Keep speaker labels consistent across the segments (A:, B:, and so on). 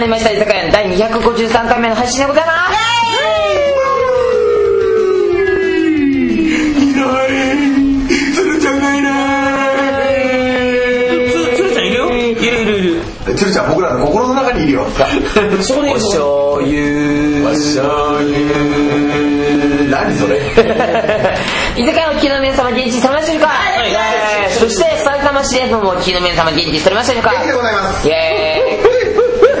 A: りました居酒屋の第253回目の配信でございます
B: いない鶴ちゃんがいない
C: つ鶴ちゃんいるよいるいるいる
B: 鶴ちゃん僕らの心の中にいるよ
C: そこでいる
A: 醤油
B: 何それ
A: 居酒屋の木の皆様現地されましたでしょうか、
C: い
A: イエーイそして埼玉市でも木の皆様現地されましたでしょうか
B: 元気でございます
A: イエ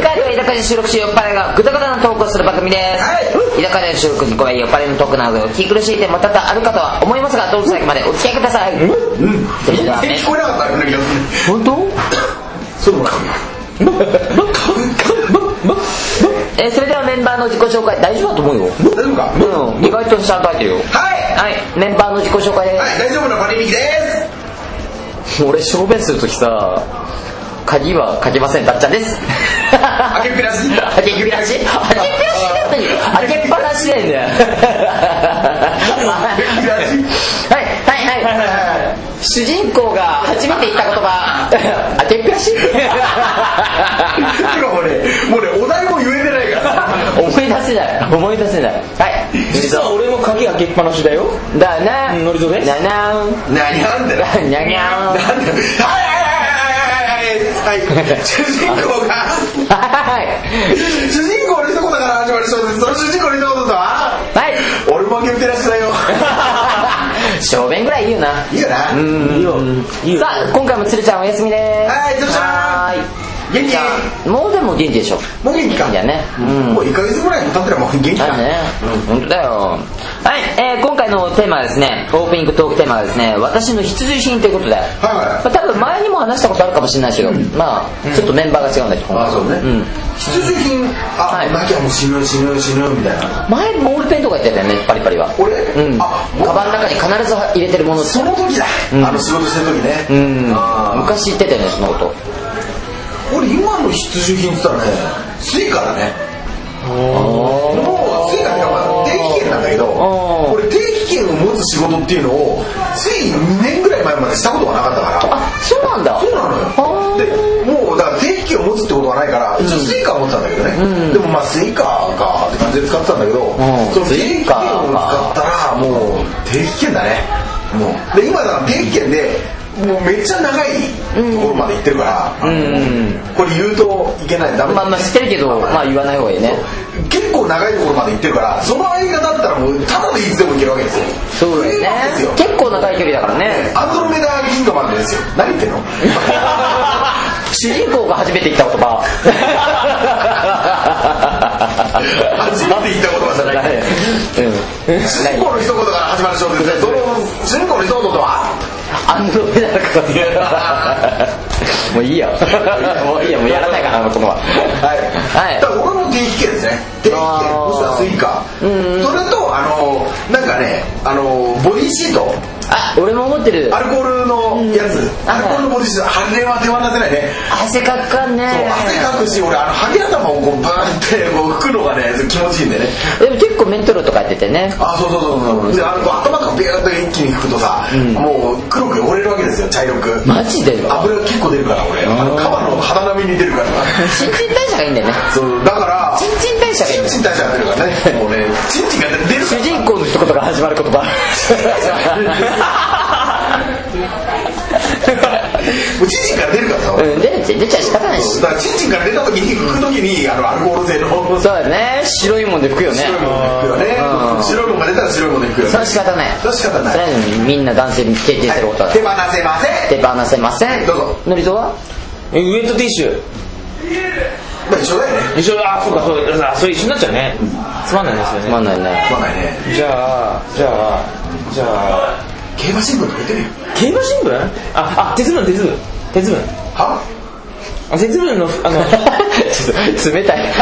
A: ーイ居酒屋では居酒屋で収録し酔っ払いがぐだぐだな投稿する番組です、
B: は
A: 居酒屋で収録に加え酔っ払いのトークなどを聞き苦しい点も多々あるかとは思いますがどうぞ最後までお付き合いください
B: うん
A: それではね
B: 聞こえなかったよね皆さん
A: 本当
B: そうなの
A: えーそれではメンバーの自己紹介大丈夫だと思うよ
B: 大丈夫か
A: うん意外とちゃんと入ってるよ
B: は
A: は
B: い
A: いメンバーの自己紹介で
B: はい大丈夫なパリミキです
A: 俺小便するときさ鍵はかけませんだっちゃんです
B: 開けっぴらし
A: 開けっぴらし開けっぴらしだったよ開けっぱなしなんだよ
B: 開けっぴらし
A: はいはいはい主人公が初めて言った言葉開けっぴらし
B: てか俺もうねお題も言えてないから
A: 思い出せない思い出せないはい
C: 実は俺も鍵開けっぱなしだよ
A: だな
C: うんノリゾです
A: ななーん
B: 何なんだよ
A: にゃにゃ
B: なんだよはいはいはいはいはいはい
A: ーん
B: はい主人公が
A: はい
B: 主人公の一言から始まる小説その主人公の一言とは
A: はい
B: 俺も開けっぴらし だよ
A: 小便ぐらいいいよない
B: いよな
C: いいよいいよ
A: さあ今回もつるちゃんお休みでーす
B: はい鶴ちゃん
A: はーい
B: 元気
A: じゃあもうでも元気でしょ
B: もう元気か
A: いいやねうん
B: もう1ヶ月ぐらいも経ったらもう元気
A: だ
B: だ
A: ね、本当だよはい、えー今回のテーマはですねオープニングトークテーマはですね私の必需品ということで、
B: は
A: まあ、多分前にも話したことあるかもしれないですけど、まあちょっとメンバーが違うんだけど、今回
B: あそうね
A: ん
B: 必需品あ、
A: はい
B: なきゃもう死ぬ死ぬ死ぬみたいな
A: 前ボールペンとか言ってたよねパリパリは
B: 俺
A: うん
B: あ
A: カバンの中に必ず入れてるものって
B: その時だ、
A: ん
B: あの仕事してる時ね
A: うん
B: あ
A: 昔言ってたよねそのこと
B: ー俺今の必需品っつったらねスイカだね
A: お
B: もうスイカってかまあ定期券なんだけど
A: おー
B: 俺定期券を持つ仕事っていうのをつい2年ぐらい前までしたことがなかったから
A: あそうなんだ
B: そうなの
A: あー
B: よでもうだから定期券を持つってことはないから一応スイカは持ってたんだけどね、
A: うん
B: でもまあスイカかって感じで使ってたんだけど、
A: ん
B: その定
A: ス
B: 期
A: イ
B: 券
A: カ
B: を使
A: か
B: ったらもう定期券だねもうで今だから定期券でもうめっちゃ長いところまで行ってるから、
A: ん
B: これ言うといけないダメ
A: まあまあ知ってるけどまあ言わない方がいいね
B: 結構長いところまで行ってるからその間だったらもうただでいつでも行けるわけですよ
A: そうだよね
B: フリーなんですよ
A: 結構長い距離だからね
B: アンドロメダ銀河までですよ何言ってん の
A: 主人公が初めて言った言葉
B: 初めて言った言葉じゃない
A: うん
B: 主人公の一言から始まる小説でその主人公の一言とは
A: アンドロメダから もういいやもういいやもうやらないからあのことは
B: はい、
A: はい
B: だから俺も定期券ですね定期券
A: あー
B: もしくはスイカそれとあのなんかねあのボディシート
A: あ俺も思ってる
B: アルコールのやつアルコールのボディシートあれは手放せないね
A: 汗かくかんね
B: そう汗かくし俺あのハゲ頭をこうバーンってこう拭くのがね気持ちいいんでね
A: でも結構メントロとかやっててね
B: あそうそうそうそうであの頭がビューッと一気に拭くとさ、もう黒く汚れるわけですよ茶色く
A: マジで
B: 油結構出るから俺あのカバの肌並みに出るから
A: 新陳代謝がいいんだよね
B: そうだから
A: 新陳代謝がいい
B: チ
A: んだ
B: ン
A: よ
B: チン代謝が出るからねもうねチンチンが出る
A: 主人公の一言が始まる言 葉
B: もうチンチンから出るからさ俺
A: うん出ちゃ出ちゃ仕方ないし
B: だからチンチンから出た時に拭く時にあのアルコール性の
A: そうだよね白いもんで拭くよね
B: 白いもので拭くよね
A: うん
B: 白いものが出たら白いもので拭くよね
A: それは仕方ない
B: それは仕方ない
A: それはみんな男性に経験することだ
B: 手放せません
A: 手放せません
B: どうぞ
A: のりぞは
C: えウエットティッシュ
B: まあ一緒だよね
C: 一緒あそうかそうだあそれ一緒になっちゃうねつまんないですよ
A: つま
C: ね
A: んないね
B: まあね
C: じゃあじゃあじゃあ
B: 競馬新聞とか言ってるよ
C: 競馬新聞ああ鉄分鉄分鉄分
B: は
C: あ鉄分 のあの
A: ちょっ と冷たい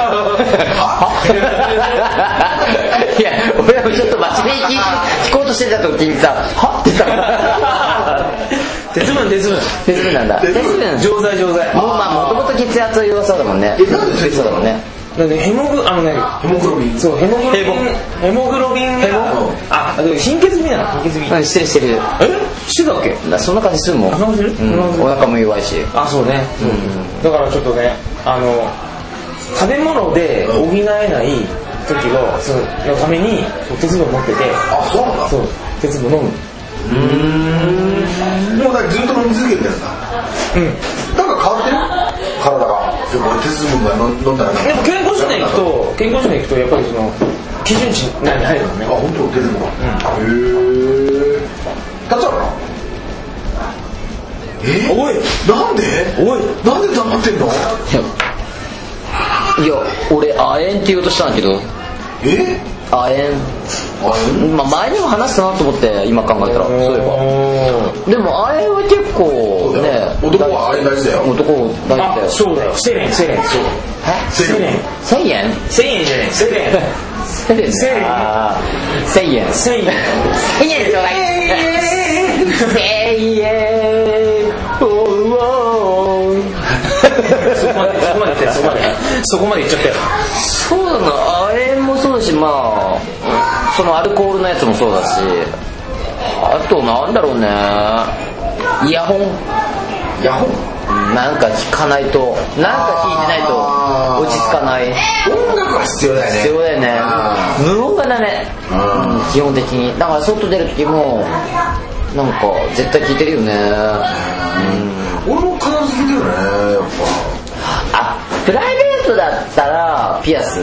A: いや俺らもちょっと真面目に聞こうとしてた時にさ「はっ?」てさ
C: 鉄分鉄分
A: 鉄分なんだ鉄
B: 鉄分
A: 分
C: 錠剤錠剤
A: もうまあもともと血圧弱そうだもんね
B: えなんで
A: そうだもんね
C: なんでヘモグあのね
B: ヘモグロビン
C: そうヘモグロビンヘモグロビンが
B: モ
C: あでも貧血気味なの貧血気
A: う
C: 味
A: んしてるしてる
C: えしてたっけ
A: なそんな感じするもん
C: あそんな感じする
A: うんお腹も弱いし
C: あそうね、だからちょっとねあの食べ物で補えない時をそののために鉄分を持ってて
B: あそうなんだ
C: そう鉄分飲む
B: もうだからずっと飲み続けてるんだ
C: うん
B: なんか変わってる体がでも俺鉄分が飲ん飲んだらなんか
C: でも健康診断行くと健康診断行くとやっぱりその基準値内に入るの
B: あ
C: ね
B: 本当鉄分が、へえ立っちゃうのえ
C: おい
B: なんで
C: おい
B: なんで黙ってんの
A: いや俺亜鉛って言おうとしたんだけど
B: え
A: 亜
B: あ
A: 鉛、まあ、前にも話したなと思って今考えたらそういえばでも亜鉛は結構ね
B: 男はあれ大事だよ
A: 男大事だ
C: あ
A: よ
C: そうだよセレンセレンそう
A: え
C: セレン
A: 1000円
C: 1000円じゃないセレン
A: 1000円
C: セレン
A: 1000円
C: 1000円
A: 1000円ちょうだい1000円おうおう
C: そこまでそこまでそこまでそこまで言っちゃったよ
A: そうだなあれもそうだしまあそのアルコールのやつもそうだしあとなんだろうねイヤホン
B: ヤホン
A: なんか聞かないとなんか聞いてない
B: あー
A: と落ち着かない
B: 音楽は必要だよね
A: 必要だよね
B: あ
A: 無音がダメ
B: あ
A: うん基本的にだから外出る時もなんか絶対聞いてるよねうん
B: ー俺も必ず聞いてるよねやっ
A: あプライベートだったらピアス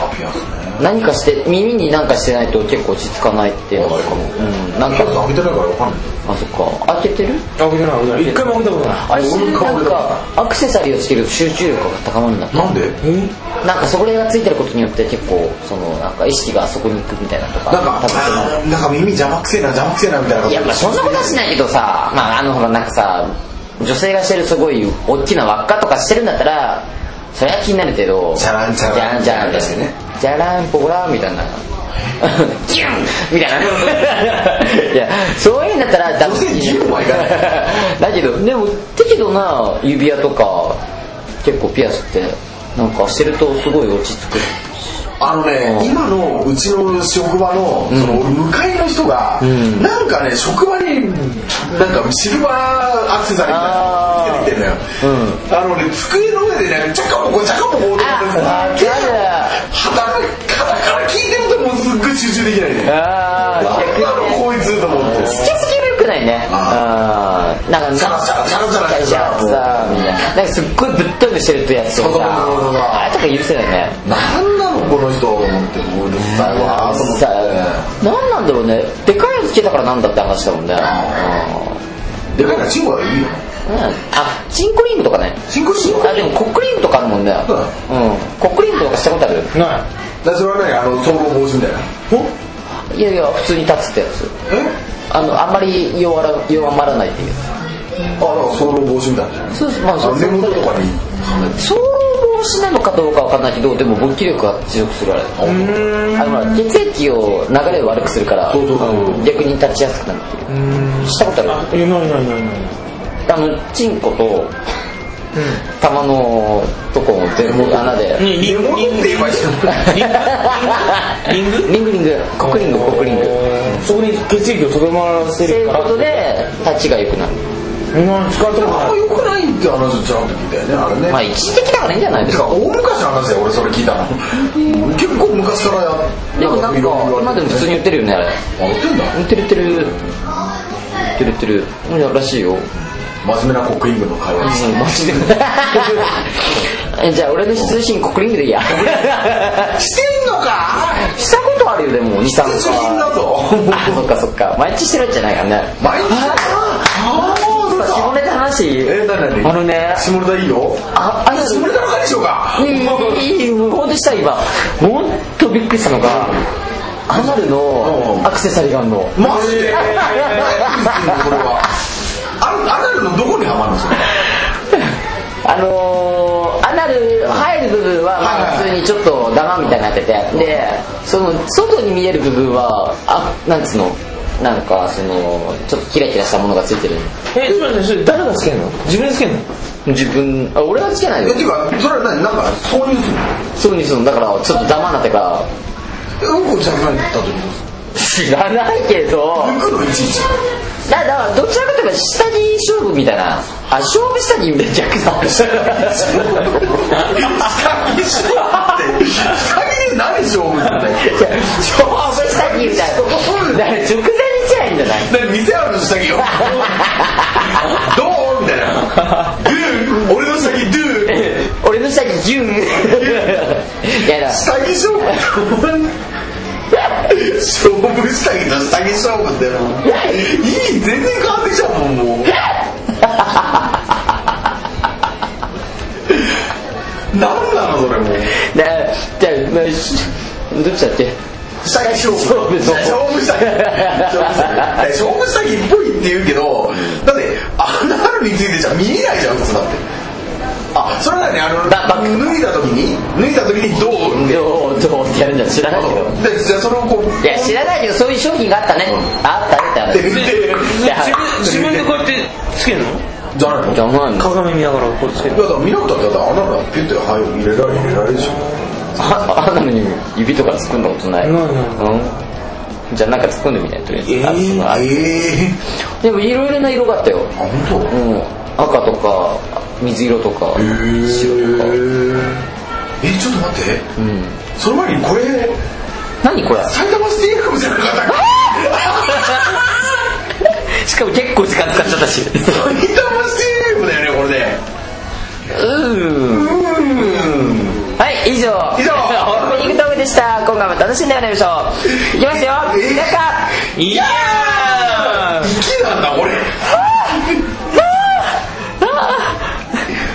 B: ぱあピアスね
A: 何かして耳に何かしてないと結構落ち着かないっていうの
B: あれかも
A: うんなん
B: ピアス
A: か
B: 開けてないから分かんない
A: あそっか開けてる
C: あ危ない危ない一回も開けたことない
A: あれして
B: 俺
A: る
B: も顔
A: なんかアクセサリーをつけると集中力が高まるんだって
B: なんで
C: え
A: なんかそれがついてることによって結構そのなんか意識があそこに行くみたいなとか
B: なんか
A: 多分その
B: あーなんか耳邪魔くせえな邪魔くせえなみたいない
A: やまあそんなことはしないけどさまああのほらなんかさ女性がしてるすごい大きな輪っかとかしてるんだったらそれは気になるけど
B: じゃらんじゃらん
A: じゃらんじゃらんみたいなねじゃらんポラーみたいな ギュンみたいな いやそういうんだったらだ
B: 女性ギュンはいかない
A: だけどでも適度な指輪とか結構ピアスってなんかしてるとすごい落ち着く
B: あのね、
A: うん
B: 今のうちの職場のその向かいの人が、
A: ん
B: なんかね職場になんかシルバーアクセサリーみたいなのつけてきてんのよあ,、のね机の上でねちゃかもこちゃかもこ踊って
A: あ
B: さ
A: わかる
B: 肌から肌から聞いてるともうすっごい集中できないね
A: あ
B: なん
A: ー逆
B: な
A: にね
B: のこいつと思って
A: 好きすぎるくないねあーなんか
B: チャラチャラチャラチャラ
A: じゃあさみたいななんかすっごいぶっ飛んでしてるってやつとか
B: そうそう
A: さ
B: そうそう
A: あれとか許せないね
B: なんなのこの人と思ってもううるさいわーと思って
A: さ何なんだろうねでかいのつけたからなんだって話だもんね
B: でかいからチンコはいいよ
A: うんあチンコリングとかね
B: チンコしよう
A: あでもコックリングとかあるもんねうん
B: そうだ
A: コックリングとかしたことある
C: ない
B: だそれはねあの総合防止みたいない
A: やいや普通に立つってやつ
B: え
A: あのあんまり弱ら弱まらないっていう
B: あ、だからその帽子みたいなね。
A: そうですまあ
B: あ
A: そう
B: の根元とかに。
A: 総合防止なのかどうかわかんないけどでも勃起力が強くするあれあのほら血液を流れを悪くするから
B: そうそうそう
A: 逆に立ちやすくなるっていうしたことある
C: あいやないないないない
A: あのチンコと玉のとこも全部穴で
C: ねリ
B: 根
C: ング
B: 元
C: リン
B: っ
C: グ
B: て言えばいいじゃん。
A: リン グリングリングコクリングコクリング
C: そこに血液をとどまらせ
A: そうい
C: る
A: う
C: から
A: ことで立ちが良くなる
C: うん使うとこ
B: あんま良くないって話をちゃんと聞いたよね、あれね。
A: まあ一時的だからいいんじゃないで
B: て
A: す
B: か
A: か
B: 大昔の話だよ俺それ聞いたの結構昔からや
A: でもなんか
B: いろいろ
A: 今でも普通に売ってるよねあれ
B: あ売ってんだ
A: 売ってる売ってる売ってる売ってるうんいやらしいよ
B: 真面目なコックイングの会話です
A: マジでえじゃあ俺の出身国リングでいいや
B: してんのか
A: したことあるよでも23
B: 必需品だぞ
A: あそっかそっか毎日してるんじゃないからね
B: 毎日ああそう
A: 下
B: だ
A: ネタ話
B: え何何
A: あのね
B: 下ネタいいよ
A: ああの
B: 下ネタの会でしょうか
A: いいいいいい無言でした今ほんとびっくりしたのがアナルの
B: うん
A: アクセサリーがあるの
B: マジで
A: えー
B: 何これはあアナルのどこにハマるのそれ
A: あのー、アナル入る部分はまあ
B: は
A: 普
B: いはい
A: 通にちょっとダマみたいになっててでその外に見える部分はあなんつうのなんかそのちょっとキラキラしたものがついてる
C: えちょっと待ってそれ誰がつけんの自分でつけんの
A: 自分あ俺はつけない
B: え
A: よ
B: っていうかそれは何なんか挿入す
A: そう
B: るの
A: にそのだからちょっとダマになってから
B: うんこじゃなかったと思います
A: 知らないけど
B: 抜くのいちいち
A: だだからどちらかというと下着勝負みたい なあ勝負下着みたいな逆だ
B: 下着下
A: な
B: 下着勝負勝負下着と下着勝負ってもういい全然変わってきちゃうもんもうなんなのそれもう
A: でじゃあまあしどっちだっけ
B: 下着勝負
A: 勝負
B: 勝負下着勝負下着勝負下着っぽいって言うけどだってあの春についてじゃ見えないじゃん普通だってあそれなのにあの
A: だだ
B: 脱いだ時に脱いだ時にどううん
A: どうどうってやるんだ知らないけど
B: でじゃあそれをこう
A: いや知らないけどそういう商品があったね、あったねって
B: で
A: 話い
B: で
A: や
C: 自分自分でこうやってつけるの
B: じゃないのい
A: じゃ
B: や
A: あお前
C: 鏡見ながらこうつける
B: だから見なかったらだって穴がピュッてはい入れられ入れられるでしょ
A: ああんなのに指とか突っ込んだことない
C: ないない
A: うん、じゃあなんか突っ込んでみたいとりあえず、あそのあ
B: ええ
A: でもいろいろな色があったよ、
B: あ本
A: う
B: 当
A: ん、赤とか水色とか
B: え
A: 白とか、
B: えちょっと待って
A: うん、
B: その前にこれ
A: 何 これ
B: 埼玉スティークじゃなかったっけ
A: しかも結構時間使っちゃったし
B: 埼玉スティークだよねこれ
A: う
B: ね
A: んはい以上
B: 以上
A: オープニングトークでした今回も楽しんでもらいましょういきますよ
B: え
A: なんか
C: いやー
B: 粋なんだ俺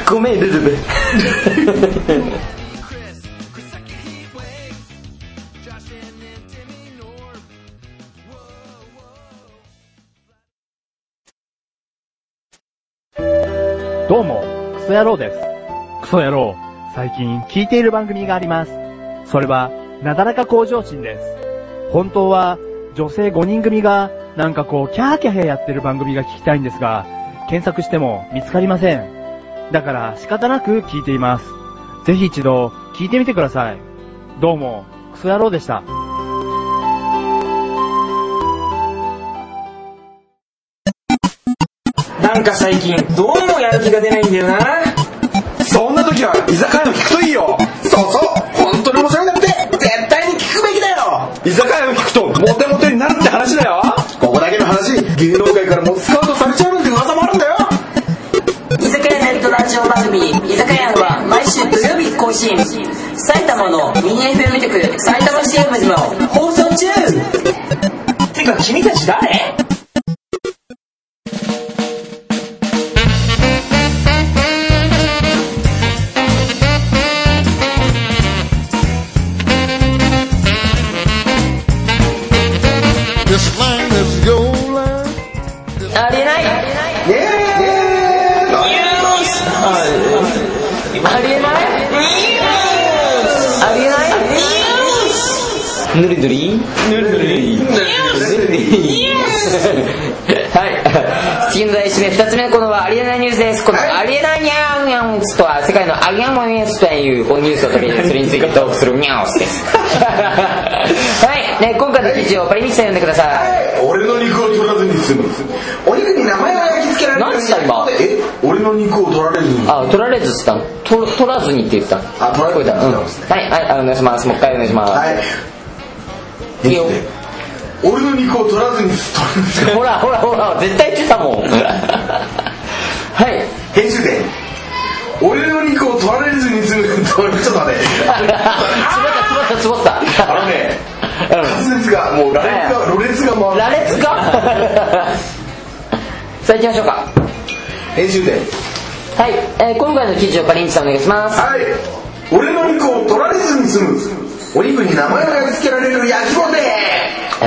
A: ごめんルルブ
D: どうも、クソ野郎です。クソ野郎、最近聞いている番組があります。それは、なだらか向上心です。本当は、女性5人組が、なんかこう、キャーキャーやってる番組が聞きたいんですが、検索しても見つかりません。だから仕方なく聞いています。ぜひ一度、聞いてみてください。どうも、クソ野郎でした。
C: なんか最近どうもやる気が出ないんだよな
B: そんな時は居酒屋の聞くといいよそうそう本当に面白いんだって絶対に聞くべきだよ居酒屋の聞くとモテモテになるって話だよここだけの話芸能界からもスカウトされちゃうなんて噂もあるんだよ
E: 居酒屋ネットラジオ番組「居酒屋」は毎週土曜日更新埼玉のミニ FM 局埼玉 CM でも放送中
C: てか君たち誰
A: ありえないありえないありえ
B: イエーイ
A: ないぬりぬりはい。次の題締め、二つ目のコーナーはありえないニュースです。このありえないニャーニャンスとは、世界のありえないニュースというニュースを取り入れ、それについてトークするニャースです。はい。ね、今回の記事をパリミキさん読んでください。
B: 俺の肉を取らずに済むお肉に名前が焼き付けられてる
A: 何した今
B: え俺の肉を取られずに
A: あ、取られずっつったの取取らずにって言ったの
B: あ取られずにって言ったんです
A: 聞こえたうんはい、はい、お願いします。もう一回お願いします。
B: はい
A: いいよ
B: ですね俺の肉を取らずに済む
A: ほらほらほら絶対言ってたもんはい
B: 編集点俺の肉を取られずに済むちょっと待って
A: つぼったつぼったつぼった
B: あのね滑舌がもう羅列が羅列が
A: うん
B: 回
A: 羅列かさあ行きましょうか
B: る編集点
A: はい、えー今回の記事をパリンチさんお願いします
B: はい俺の肉を取られずに済むお肉に名前が焼き付けられる焼き物で
A: え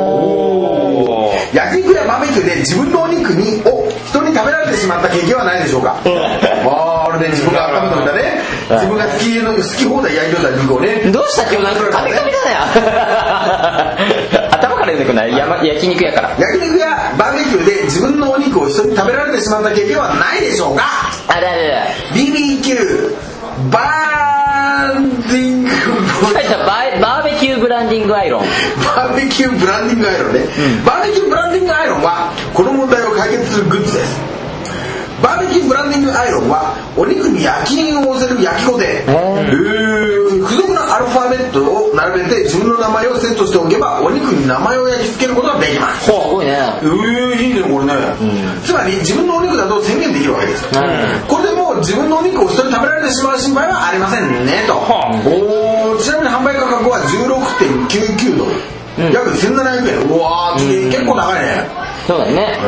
A: ー
B: 焼肉やバーベキューで自分のお肉にを人に食べられてしまった経験はないでしょうかああ俺ね自分が温めたんだね自分が好きの好き放題焼いてた肉をね
A: どうした今日なんかカピカピだ ね頭から出てこないやま焼肉やから
B: 焼肉やバーベキューで自分のお肉を人に食べられてしまった経験はないでしょうか
A: あれあれあれ
B: BBQ バーディング
A: 書いたバイバーベキューブランディングアイロン
B: バーベキューブランディングアイロンね、バーベキューブランディングアイロンはこの問題を解決するグッズですバーベキューブランディングアイロンはお肉に焼き印を押せる焼き粉で、えー付属のアルファベットを並べて自分の名前をセットしておけばお肉に名前を焼き付けることができます
A: すごいね
B: えー、いいねこれね、つまり自分のお肉だと宣言できるわけですよ、これでもう自分のお肉を人に食べられてしまう心配はありませんねと、お約1700円うわー、結構高いね
A: そうだよね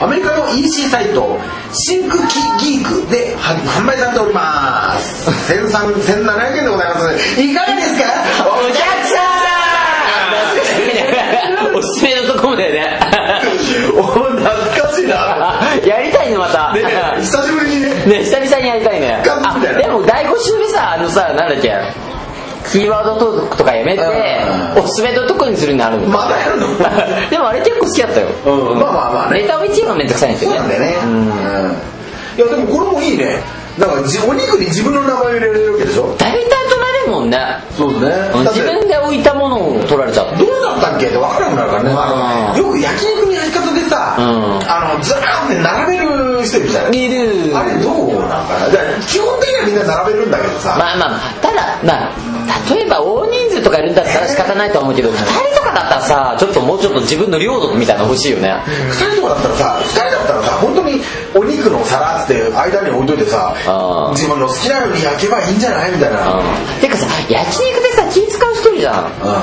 B: アメリカの EC サイトシンクキギークで販売されております1700円でございますいかがですかお客さ
A: おすすめのとこもだよね
B: んお懐かしいな
A: やりたいねまた
B: ね久しぶりにね
A: ね久々にやりたいね
B: ガッツみたい
A: あ
B: な
A: でも第5週でさあのさなんだっけキーワードトークとかやめて
B: う
A: おすすめのとこにするのあるの
B: まだやるの
A: でもあれ結構好きだったよ
B: まあまあまあね
A: ネタを一番めんどくさいんです
B: そう
A: よ
B: なん
A: ね
B: だよねうんいやでもこれもいいねなんかじお肉に自分の名前を入れられるわけでしょ
A: 大体取られるもんね
B: そうねだっ
A: 自
B: て
A: 分で置いたものを取られちゃって
B: どうだったっけって分からなくなるからね、あのよく焼肉のやり方でさ、
A: うん
B: あのずらーって並べる人いるじゃない
A: いる
B: あれどうなんかなじゃあ基本的にはみんな並べるんだけどさ、
A: まあまあただまあ例えば大人数とかいるんだったら仕方ないとは思うけど2人とかだったらさちょっともうちょっと自分の領土みたいなの欲しいよね
B: 2人とかだったらさ2人だったらさ本当にお肉の皿っつって間に置いといてさ
A: あー
B: 自分の好きなように焼けばいいんじゃないみたいな、
A: てかさ焼肉でさ気使う人いるじゃん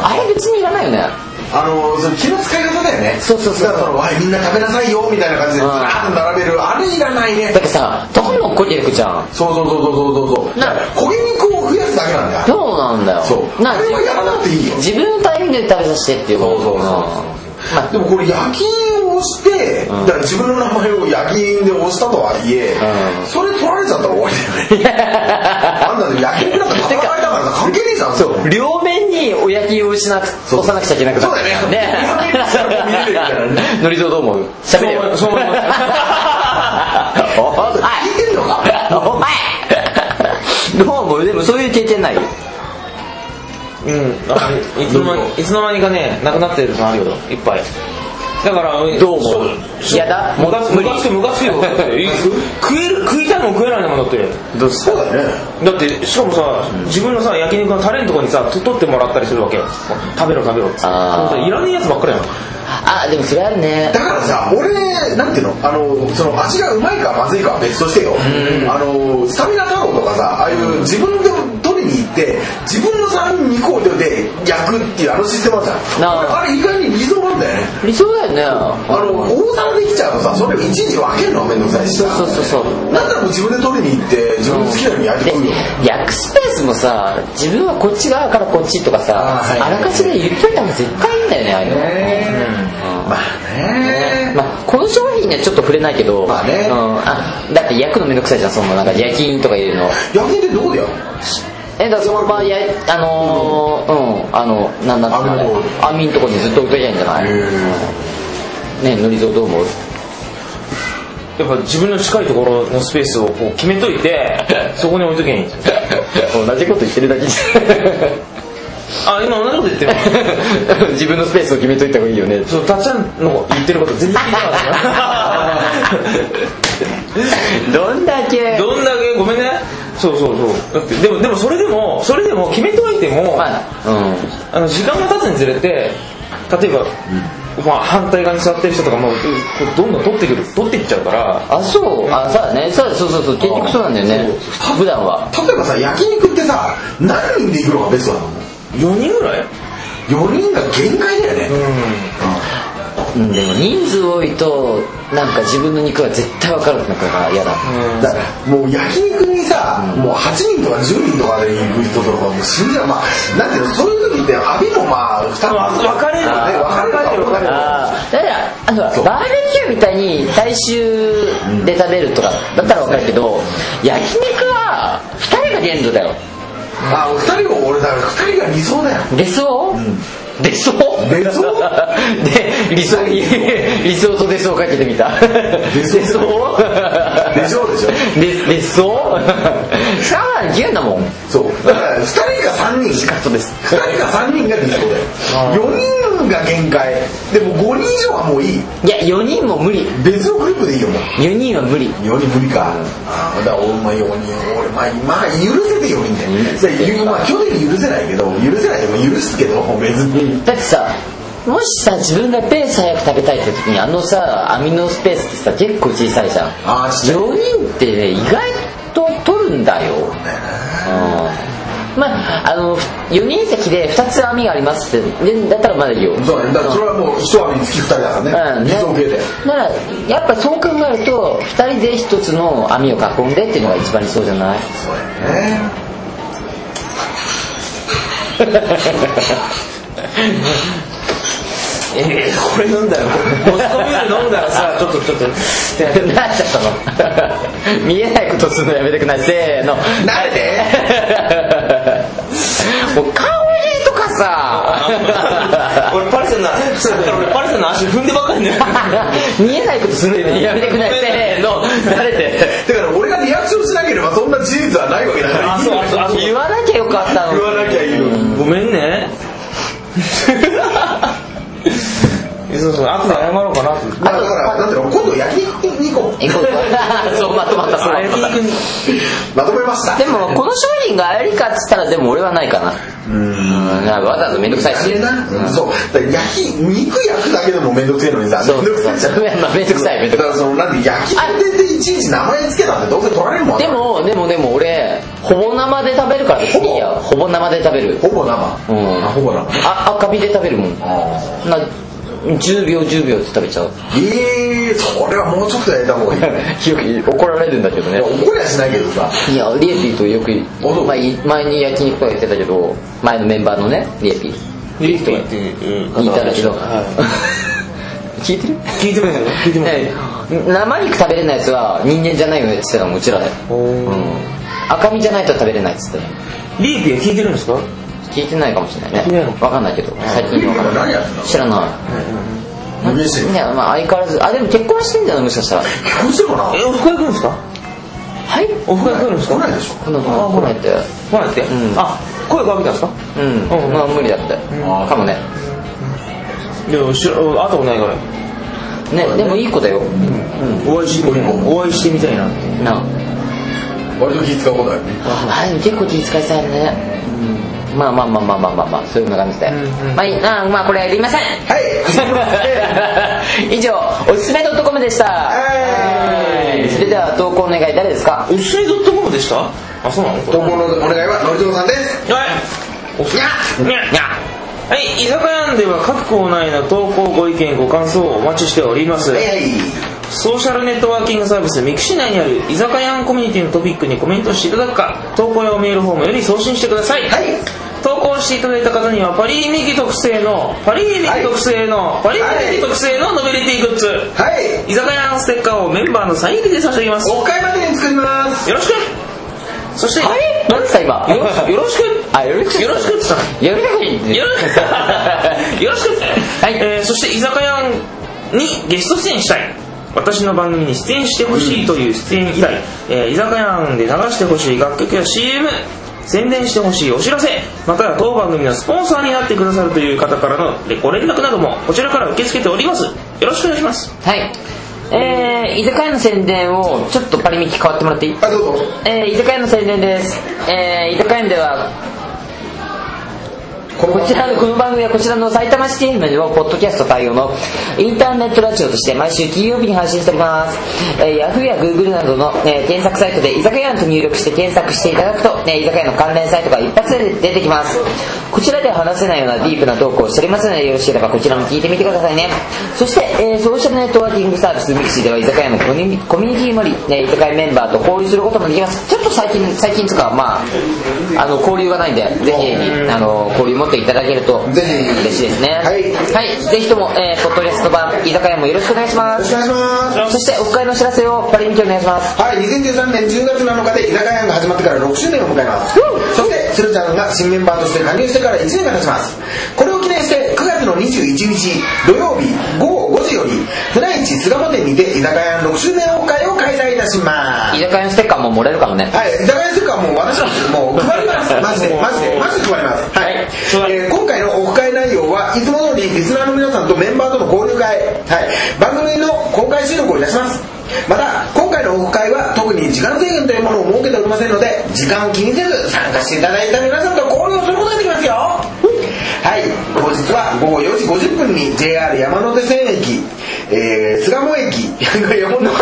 A: あれ別にいらないよね
B: あのその気の使い方だよね
A: そうそうそう
B: だからそのわいみんな食べなさいよみたいな感じでず
A: うん
B: らーっと並べるあれいらないね
A: だってさどんどんこりてくじゃん
B: そうそうそうそうそうそう
A: な
B: 焦げ肉を増やすだけなんだよ
A: そうなんだよ
B: そう
A: な
B: あれはやらなくていいよ
A: 自分のタイミングで食べさせてっていう
B: そうそうそうそう
A: まあ
B: でもこれ夜勤をして、だから自分の名前を夜勤で押したとはいえ、
A: うん
B: それ取られちゃったら終わりだよ ねあんた夜勤なんか戦いだからさ関係ねえじゃん
A: そう両面にお焼きをしなく
B: そう
A: 押さなくちゃいけなくなる
B: そうだよね両面にしたらもう見れるみたいな
A: ねのりぞうどう思うしゃべれよ
C: そうそう思います
A: お前
B: あんた聞いてんのか
A: お前どう思うでもそういう経験ないよ
C: うんあのいつの間にいつの間にかねなくなってるのあるよいっぱいだから
A: どう思う
C: そう
A: 嫌だ
C: むかつくむかつくむかつ くよだってい食える食いたいもん食えないもんだって
A: どうし
B: そうだよね
C: だってしかもさ、自分のさ焼肉のタレのとこにさと取ってもらったりするわけよ食べろ食べろっつって
A: あー
C: そうそういらねえやつばっかりやん
A: あでもそれあるね
B: だからさ俺なんていうのあのその味がうまいかまずいかは別としてよ、あのスタミナ太郎とかさああいう自分で取りに行って自分の皿に肉を入れて焼くっていうあのシステムあるじゃん
A: なあ
B: あれ意外に理想なんだよね
A: 理想だよね
B: あの大皿できちゃうとさそれをいちいち分けるのは面倒くさいしさ
A: そうそうそう
B: なんならもう自分で取りに行って自分の好きなように焼いて
A: で
B: くるよ
A: 焼くスペースもさ自分はこっち側からこっちとかさ
B: あーはい
A: あらかじめ言っといた方が絶対いいんだよねああいうの
B: まあね
A: まあ、この商品にはちょっと触れないけど、
B: まあね
A: うん、あだって焼くのめんどくさいじゃんそのなんか焼き印とか入れるの
B: 焼きってどこでやるの
A: えだからそのままやあのー、うんあのなんなんていうのあれ網のとこにずっと置いといたらいいんじゃないねのりぞうどう思う
C: やっぱ自分の近いところのスペースをこう決めと いてそこに置いとけばいいんですよ
A: 同じこと言ってるだけじ
C: あ今同じこと言ってる
A: ゃん自分のスペースを決めといた方がいいよね
C: そうたっちゃんの言ってること全然聞いてなかっ た
A: どんだけ
C: どんだけごめんねそうそうそうだってでもでもそれでもそれでも決めといても、
A: まあうん
C: あの時間が経つにつれて例えば、まあ、反対側に座ってる人とかもうこうどんどん取ってくる取っていっちゃうから
A: あそうあそうだねそうそうそうそう結局そうなんだよね普段は
B: 例えばさ焼肉ってさ何人で行くのがベストなの
C: 4人ぐらい
B: 4人が限界だよね、
A: うんでも人数多いとなんか自分の肉は絶対分かるのかが嫌だ
B: だからもう焼肉にさ、もう8人とか10人とかで行く人とかもう死んじゃうまあなんていうのそういう時ってアビもまあ2つ
C: わ分かれるよね
B: ね分かれる
C: 分かれる分かれる
A: あーだからあの
B: そう
A: バーベキューみたいに大衆で食べるとかだったら分かるけど焼肉は2人が限度だよ
B: あ2人を俺だから2人が理想だよ
A: 理想、理想
B: 理
A: で
B: 想
A: 理想に理想と理想をかけてみた理
B: 想
A: 理想
B: でしょでしょ
A: 理理想しかも牛だもん
B: そうだから2人か3人
A: カットです
B: 2人か3人が理想だよ4人が限界でも5人以上はもういい
A: いや4人も無理
B: 別のグループでいいよもう
A: 4人は無理
B: 4人無理か、ああだから俺まあ4人俺まあまあ許せて4人だよでまあ去年許せないけど許せないけど許すけど別に
A: だってさもしさ自分がペース早く食べたいって時にあのさ網のスペースってさ結構小さいじゃん
B: ああちっちゃい
A: 4人ってね意外と取るんだようんまああの4人席で2つ網がありますってでだったらまだいいよ
B: そうだねだからそれはもう一網につき二人だからね理想形で
A: ならやっぱそう考えると2人で1つの網を囲んでっていうのが一番理想じゃない
B: そうだよね
C: えー、これ飲んだらモスコミュール飲んだら さちょっとちょっと
A: なっちゃったの見えないことするのやめてくださいせーの
B: 慣れて
A: もう香りとかさ
C: 俺パルセンのさっきから俺パルセンの足踏んでばっかりね
A: 見えないことするのやめてくださいせーの慣れて
B: だから俺がリアクションしなければそんな事実はないわけだから
C: あそうあそうあそう
A: 言わなきゃよかったの
B: 言わなきゃいいのに
C: ごめん ねそうそう後で謝ろうかな
B: まあだからなんだろう今度焼き肉に行こう
A: 行こうか そうまとまったそうまとまった
B: まとめました
A: でもこの商品がありかっつったらでも俺はないかなうんなんかわざわざ面倒くさいし
B: うんそうだから焼き肉焼くだけでも面倒くせえのにさ
A: そう
B: 面倒くさいじゃん
A: そうそうまあ面倒くさい面
B: だ
A: 倒
B: からそのなんで焼き肉でいちいち名前つけたってどうせ取られるもん
A: でもでもでも俺ほぼ生で食べるから別にいいやほぼ生で食べる
B: ほぼ生
A: うん
B: あほぼ生
A: あ赤身で食べるもん
B: あ
A: な10秒10秒って食べちゃう
B: ーええそれはもうちょっと焼いた方がいいね
A: よく怒られるんだけどね
B: いや怒りはしないけどさ
A: いやリエピーとよく
B: あそう
A: 前前に焼肉とか言ってたけど前のメンバーのねリエピー
C: リフトっていう
A: 言ったんだけど
C: は
A: 聞いてる
C: い聞いてもいいの聞いてもいい
A: ね
C: の
A: 生肉食べれないやつは人間じゃないよねって言ってたのうちらで、
C: お
A: う
C: ー
A: ん、赤身じゃないと食べれないっつってたの
C: リーピーは聞いてるんですか
A: 聞いてないかもしれないね
C: 聞いてないの
A: 分かんないけど最近分かん
B: 何
A: ない
B: やってんの
A: 知らない
B: 無限してる
A: ねまあ相変わらずあでも結婚はしてんじゃないもしかしたら
B: 結婚してるかな
C: えオフ会来るんですか
A: はい
C: オフ会来るんです
B: 来な
C: か
B: いでしょ
A: この子が来ないって
C: 来ないって
A: うん
C: あ声かけたんですか
A: うん
C: うん
A: まあ無理だって
B: ん
A: かもね
C: いや知ら会ったことないから
A: ねでもいい子だよ
C: お会いしてみたいなお会いしてみたいなって
A: なあ
B: 割と気使うことだよね
A: あ結構気遣いされるねまあまあまあまあまあまあまあそういうような感じで
C: うんうん
A: まあいいあまあこれすいません
B: はい
A: 以上おすすめ .com でしたはいそれでは投稿お願い誰ですか
C: おすすめ .com でしたあそうなのこれ
B: 投稿のお願いはのりぞうさんです
C: はいおす
B: にゃ
C: にゃ
A: にゃ
C: はい居酒屋では各コーナーへの投稿ご意見ご感想をお待ちしております
B: はいはい
C: ソーシャルネットワーキングサービスミクシィ内にある居酒屋コミュニティのトピックにコメントしていただくか投稿用メールフォームより送信してください、
B: はい
C: 投稿していただいた方にはパリーミキ特製のパリーミキ特製の、パリーミキ特製のノベリティグッズ、
B: はい
C: 居酒屋のステッカーをメンバーのサイン入りで差し上げますよ
B: お買いまでに作ります
C: ろしくそして
A: あれ何つった今
C: よろしよろしく
A: あよろしく
C: よろしくっつったの
A: よろしく
C: よろし くよろしく、
A: はい
C: えーそして居酒屋にゲスト出演したい私の番組に出演してほしいという出演依頼、えー居酒屋で流してほしい楽曲や CM 宣伝してほしいお知らせまたは当番組のスポンサーになってくださるという方からのレご連絡などもこちらから受け付けておりますよろしくお願いします
A: はいえー、居酒屋の宣伝をちょっとパリミキ変わってもらっていい
B: はいどうぞ
A: えー、居酒屋の宣伝です、えー、居酒屋では
B: この
A: こちらのこの番組はこちらの埼玉市 FM でもポッドキャスト対応のインターネットラジオとして毎週金曜日に配信しております、えー、Yahoo や Google などの、えー検索サイトで居酒屋と入力して検索していただくと、ね、居酒屋の関連サイトが一発で出てきますこちらでは話せないようなディープなトークをしておりますのでよろしければこちらも聞いてみてくださいねそして、えーソーシャルネットワーキングサービスミクシーでは居酒屋のコミュニコミュニティもあり、ね、居酒屋メンバーと交流することもできますちょっと最近最近とかまああの交流がないんでぜひあの交流持っていただけると
B: ぜひ
A: 嬉しいですね
B: はい
A: はい、ぜひとも、えー、ポッドキャスト版居酒屋もよろしくお願いしま
B: よろし
A: す
B: くお願いします
A: そしてオフ会のお知らせをパリミキお願いします
B: はい、2013年10月7日で居酒屋が始まってから6周年を迎えますそして鶴ちゃんが新メンバーとして加入してから1年が経ちますこれを記念して9月の21日土曜日午後5時より船市巣鴨店にて居酒屋の6周年オフ会を開催いたします
A: 居酒屋のステッカーももらえるかもね
B: はい、居酒屋ステッカーはもう私ももう配りますマジでマジでマジで配りますはい、えー今回のオフ会内容はいつも通りリスナーの皆さんとメンバーとの交流会、はい、番組の公開収録をいたしますまた今回のオフ会は特に時間制限というものを設けておりませんので時間を気にせず参加していただいた皆さんと交流をすることができますよはい当日は午後4時50分に JR 山手線駅、えー、巣鴨駅 山手線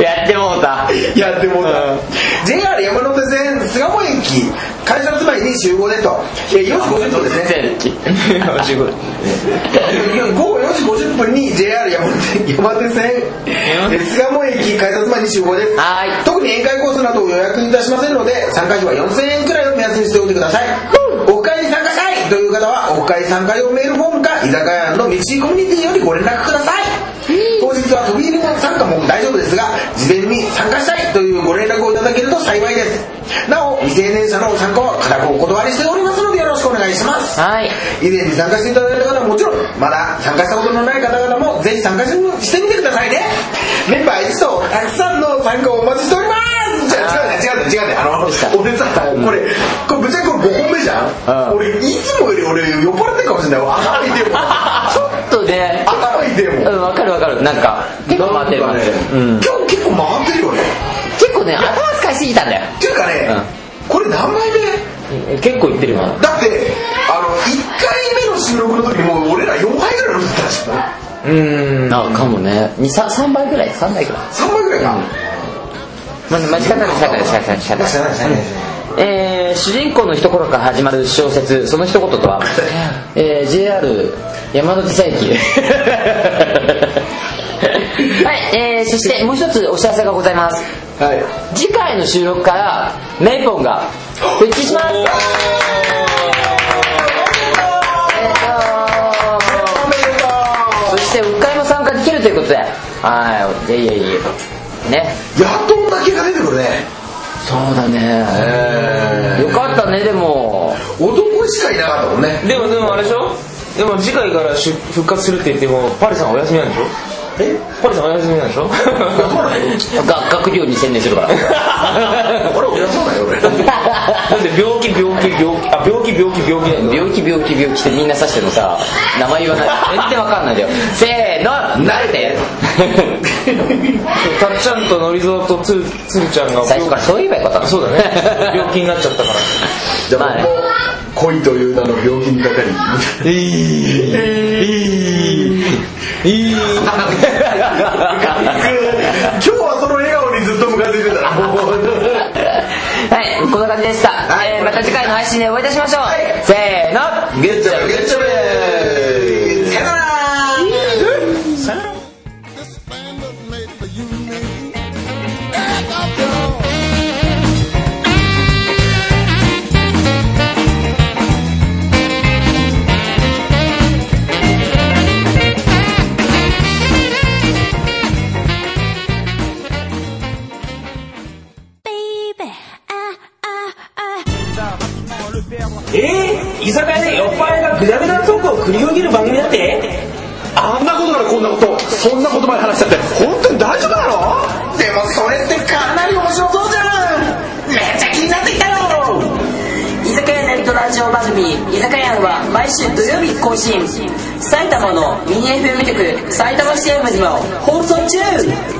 A: やってもうた
B: やってもうた
C: うん
B: JR 山手線巣鴨駅改札前に集合でとえ4時50分ですね午後4時50分に JR 山手山手線え巣鴨駅改札前に集合です
A: はーい
B: 特に宴会コースなどを予約いたしませんので参加費は4000円くらいを目安にしておいてくださいお会に参加したいという方はお会参加用メールフォームか居酒屋の道コミュニティよりご連絡ください当日は飛び入りも参加も大丈夫ですが事前に参加したいというご連絡をいただけると幸いですなお未成年者の参加は固くお断りしておりますのでよろしくお願いします
A: はい
B: 以前に参加していただいた方はもちろんまだ参加したことのない方々もぜひ参加してしてみてくださいねメンバー一同たくさんの参加をお待ちしておりますじゃあ違うね違うね違うねあの俺さこれこれぶっちゃけこれ5本目じゃん俺いつもより俺酔っ払ってるかもしれないわ頭痛いもん
A: ちょっとね
B: 頭痛いもん
A: うんわかるわかるなんか結構回ってる
B: なんか
A: 回っ
B: ね
A: てるうん
B: 今日結構回ってるよね
A: 結構ね頭使いすぎたんだよ
B: っていうかねこれ何枚目
A: 結構いってるな
B: だってあの1回目の収録の時もう俺ら4杯ぐらい飲んでたでしょ
C: うん
A: あかもね3倍ぐらい3倍ぐらい
B: 3杯ぐらいか
A: まあ間違ったら仕方ない仕方ない仕方ないえー主人公の一言から始まる小説その一言 とは、えー JR 山手線 駅はい、えーそしてもう一つお知らせがございます
B: はい
A: 次回の収録からメイポンが復帰しますえーとそしてオフ会も参加できるということではいいやいやいやね
B: やっとお酒が出てくるね
A: そうだね
B: え
A: よかったねでも
B: 男しかいなかったもんね
C: でもでもあれでしょでも次回から出復活するって言ってもパリさんお休みなんでしょ
B: え
C: パリさんお休みなんでし ょ
B: そうなんよ
A: が学業に専念するから
B: 俺俺そうなんよ俺
C: だって病気病気病気あ病気病気病気なんだよ
A: 病気病気病気ってみんな指してるのさ名前言わない全然わかんないんだよせーの慣れて
C: たっちゃんとのりぞうとつるつるちゃんが
A: 最初からそう言えばよかった
C: あ
A: の
C: そうだね病気になっちゃったから
B: じ ゃ
A: まあ
B: あ
A: ね
B: もう恋という名の病気にかか
C: え
B: り
C: いえい
B: 今日はその笑顔にずっと向かっていてたらもう
A: はいこんな感じでした、
B: い
A: えーまた次回の配信でお会いいたしましょう、
B: い
A: せーの
B: グッジョブグッジョブさよなら
F: This band was made for you and me. Back up, y'all.
G: baby. Ah, ah, ah.
C: えー、居酒屋で酔っ払いがグダグダなトークを繰り広げる番組だって
H: あんなことからこんなことそんなことまで話しちゃって本当に大丈夫なの
B: でもそれってかなり面白そうじゃんめっちゃ気になってきたよ
E: 居酒屋ネットラジオ番組「居酒屋のは毎週土曜日更新埼玉のミニ FM 局埼玉 CM 島を放送中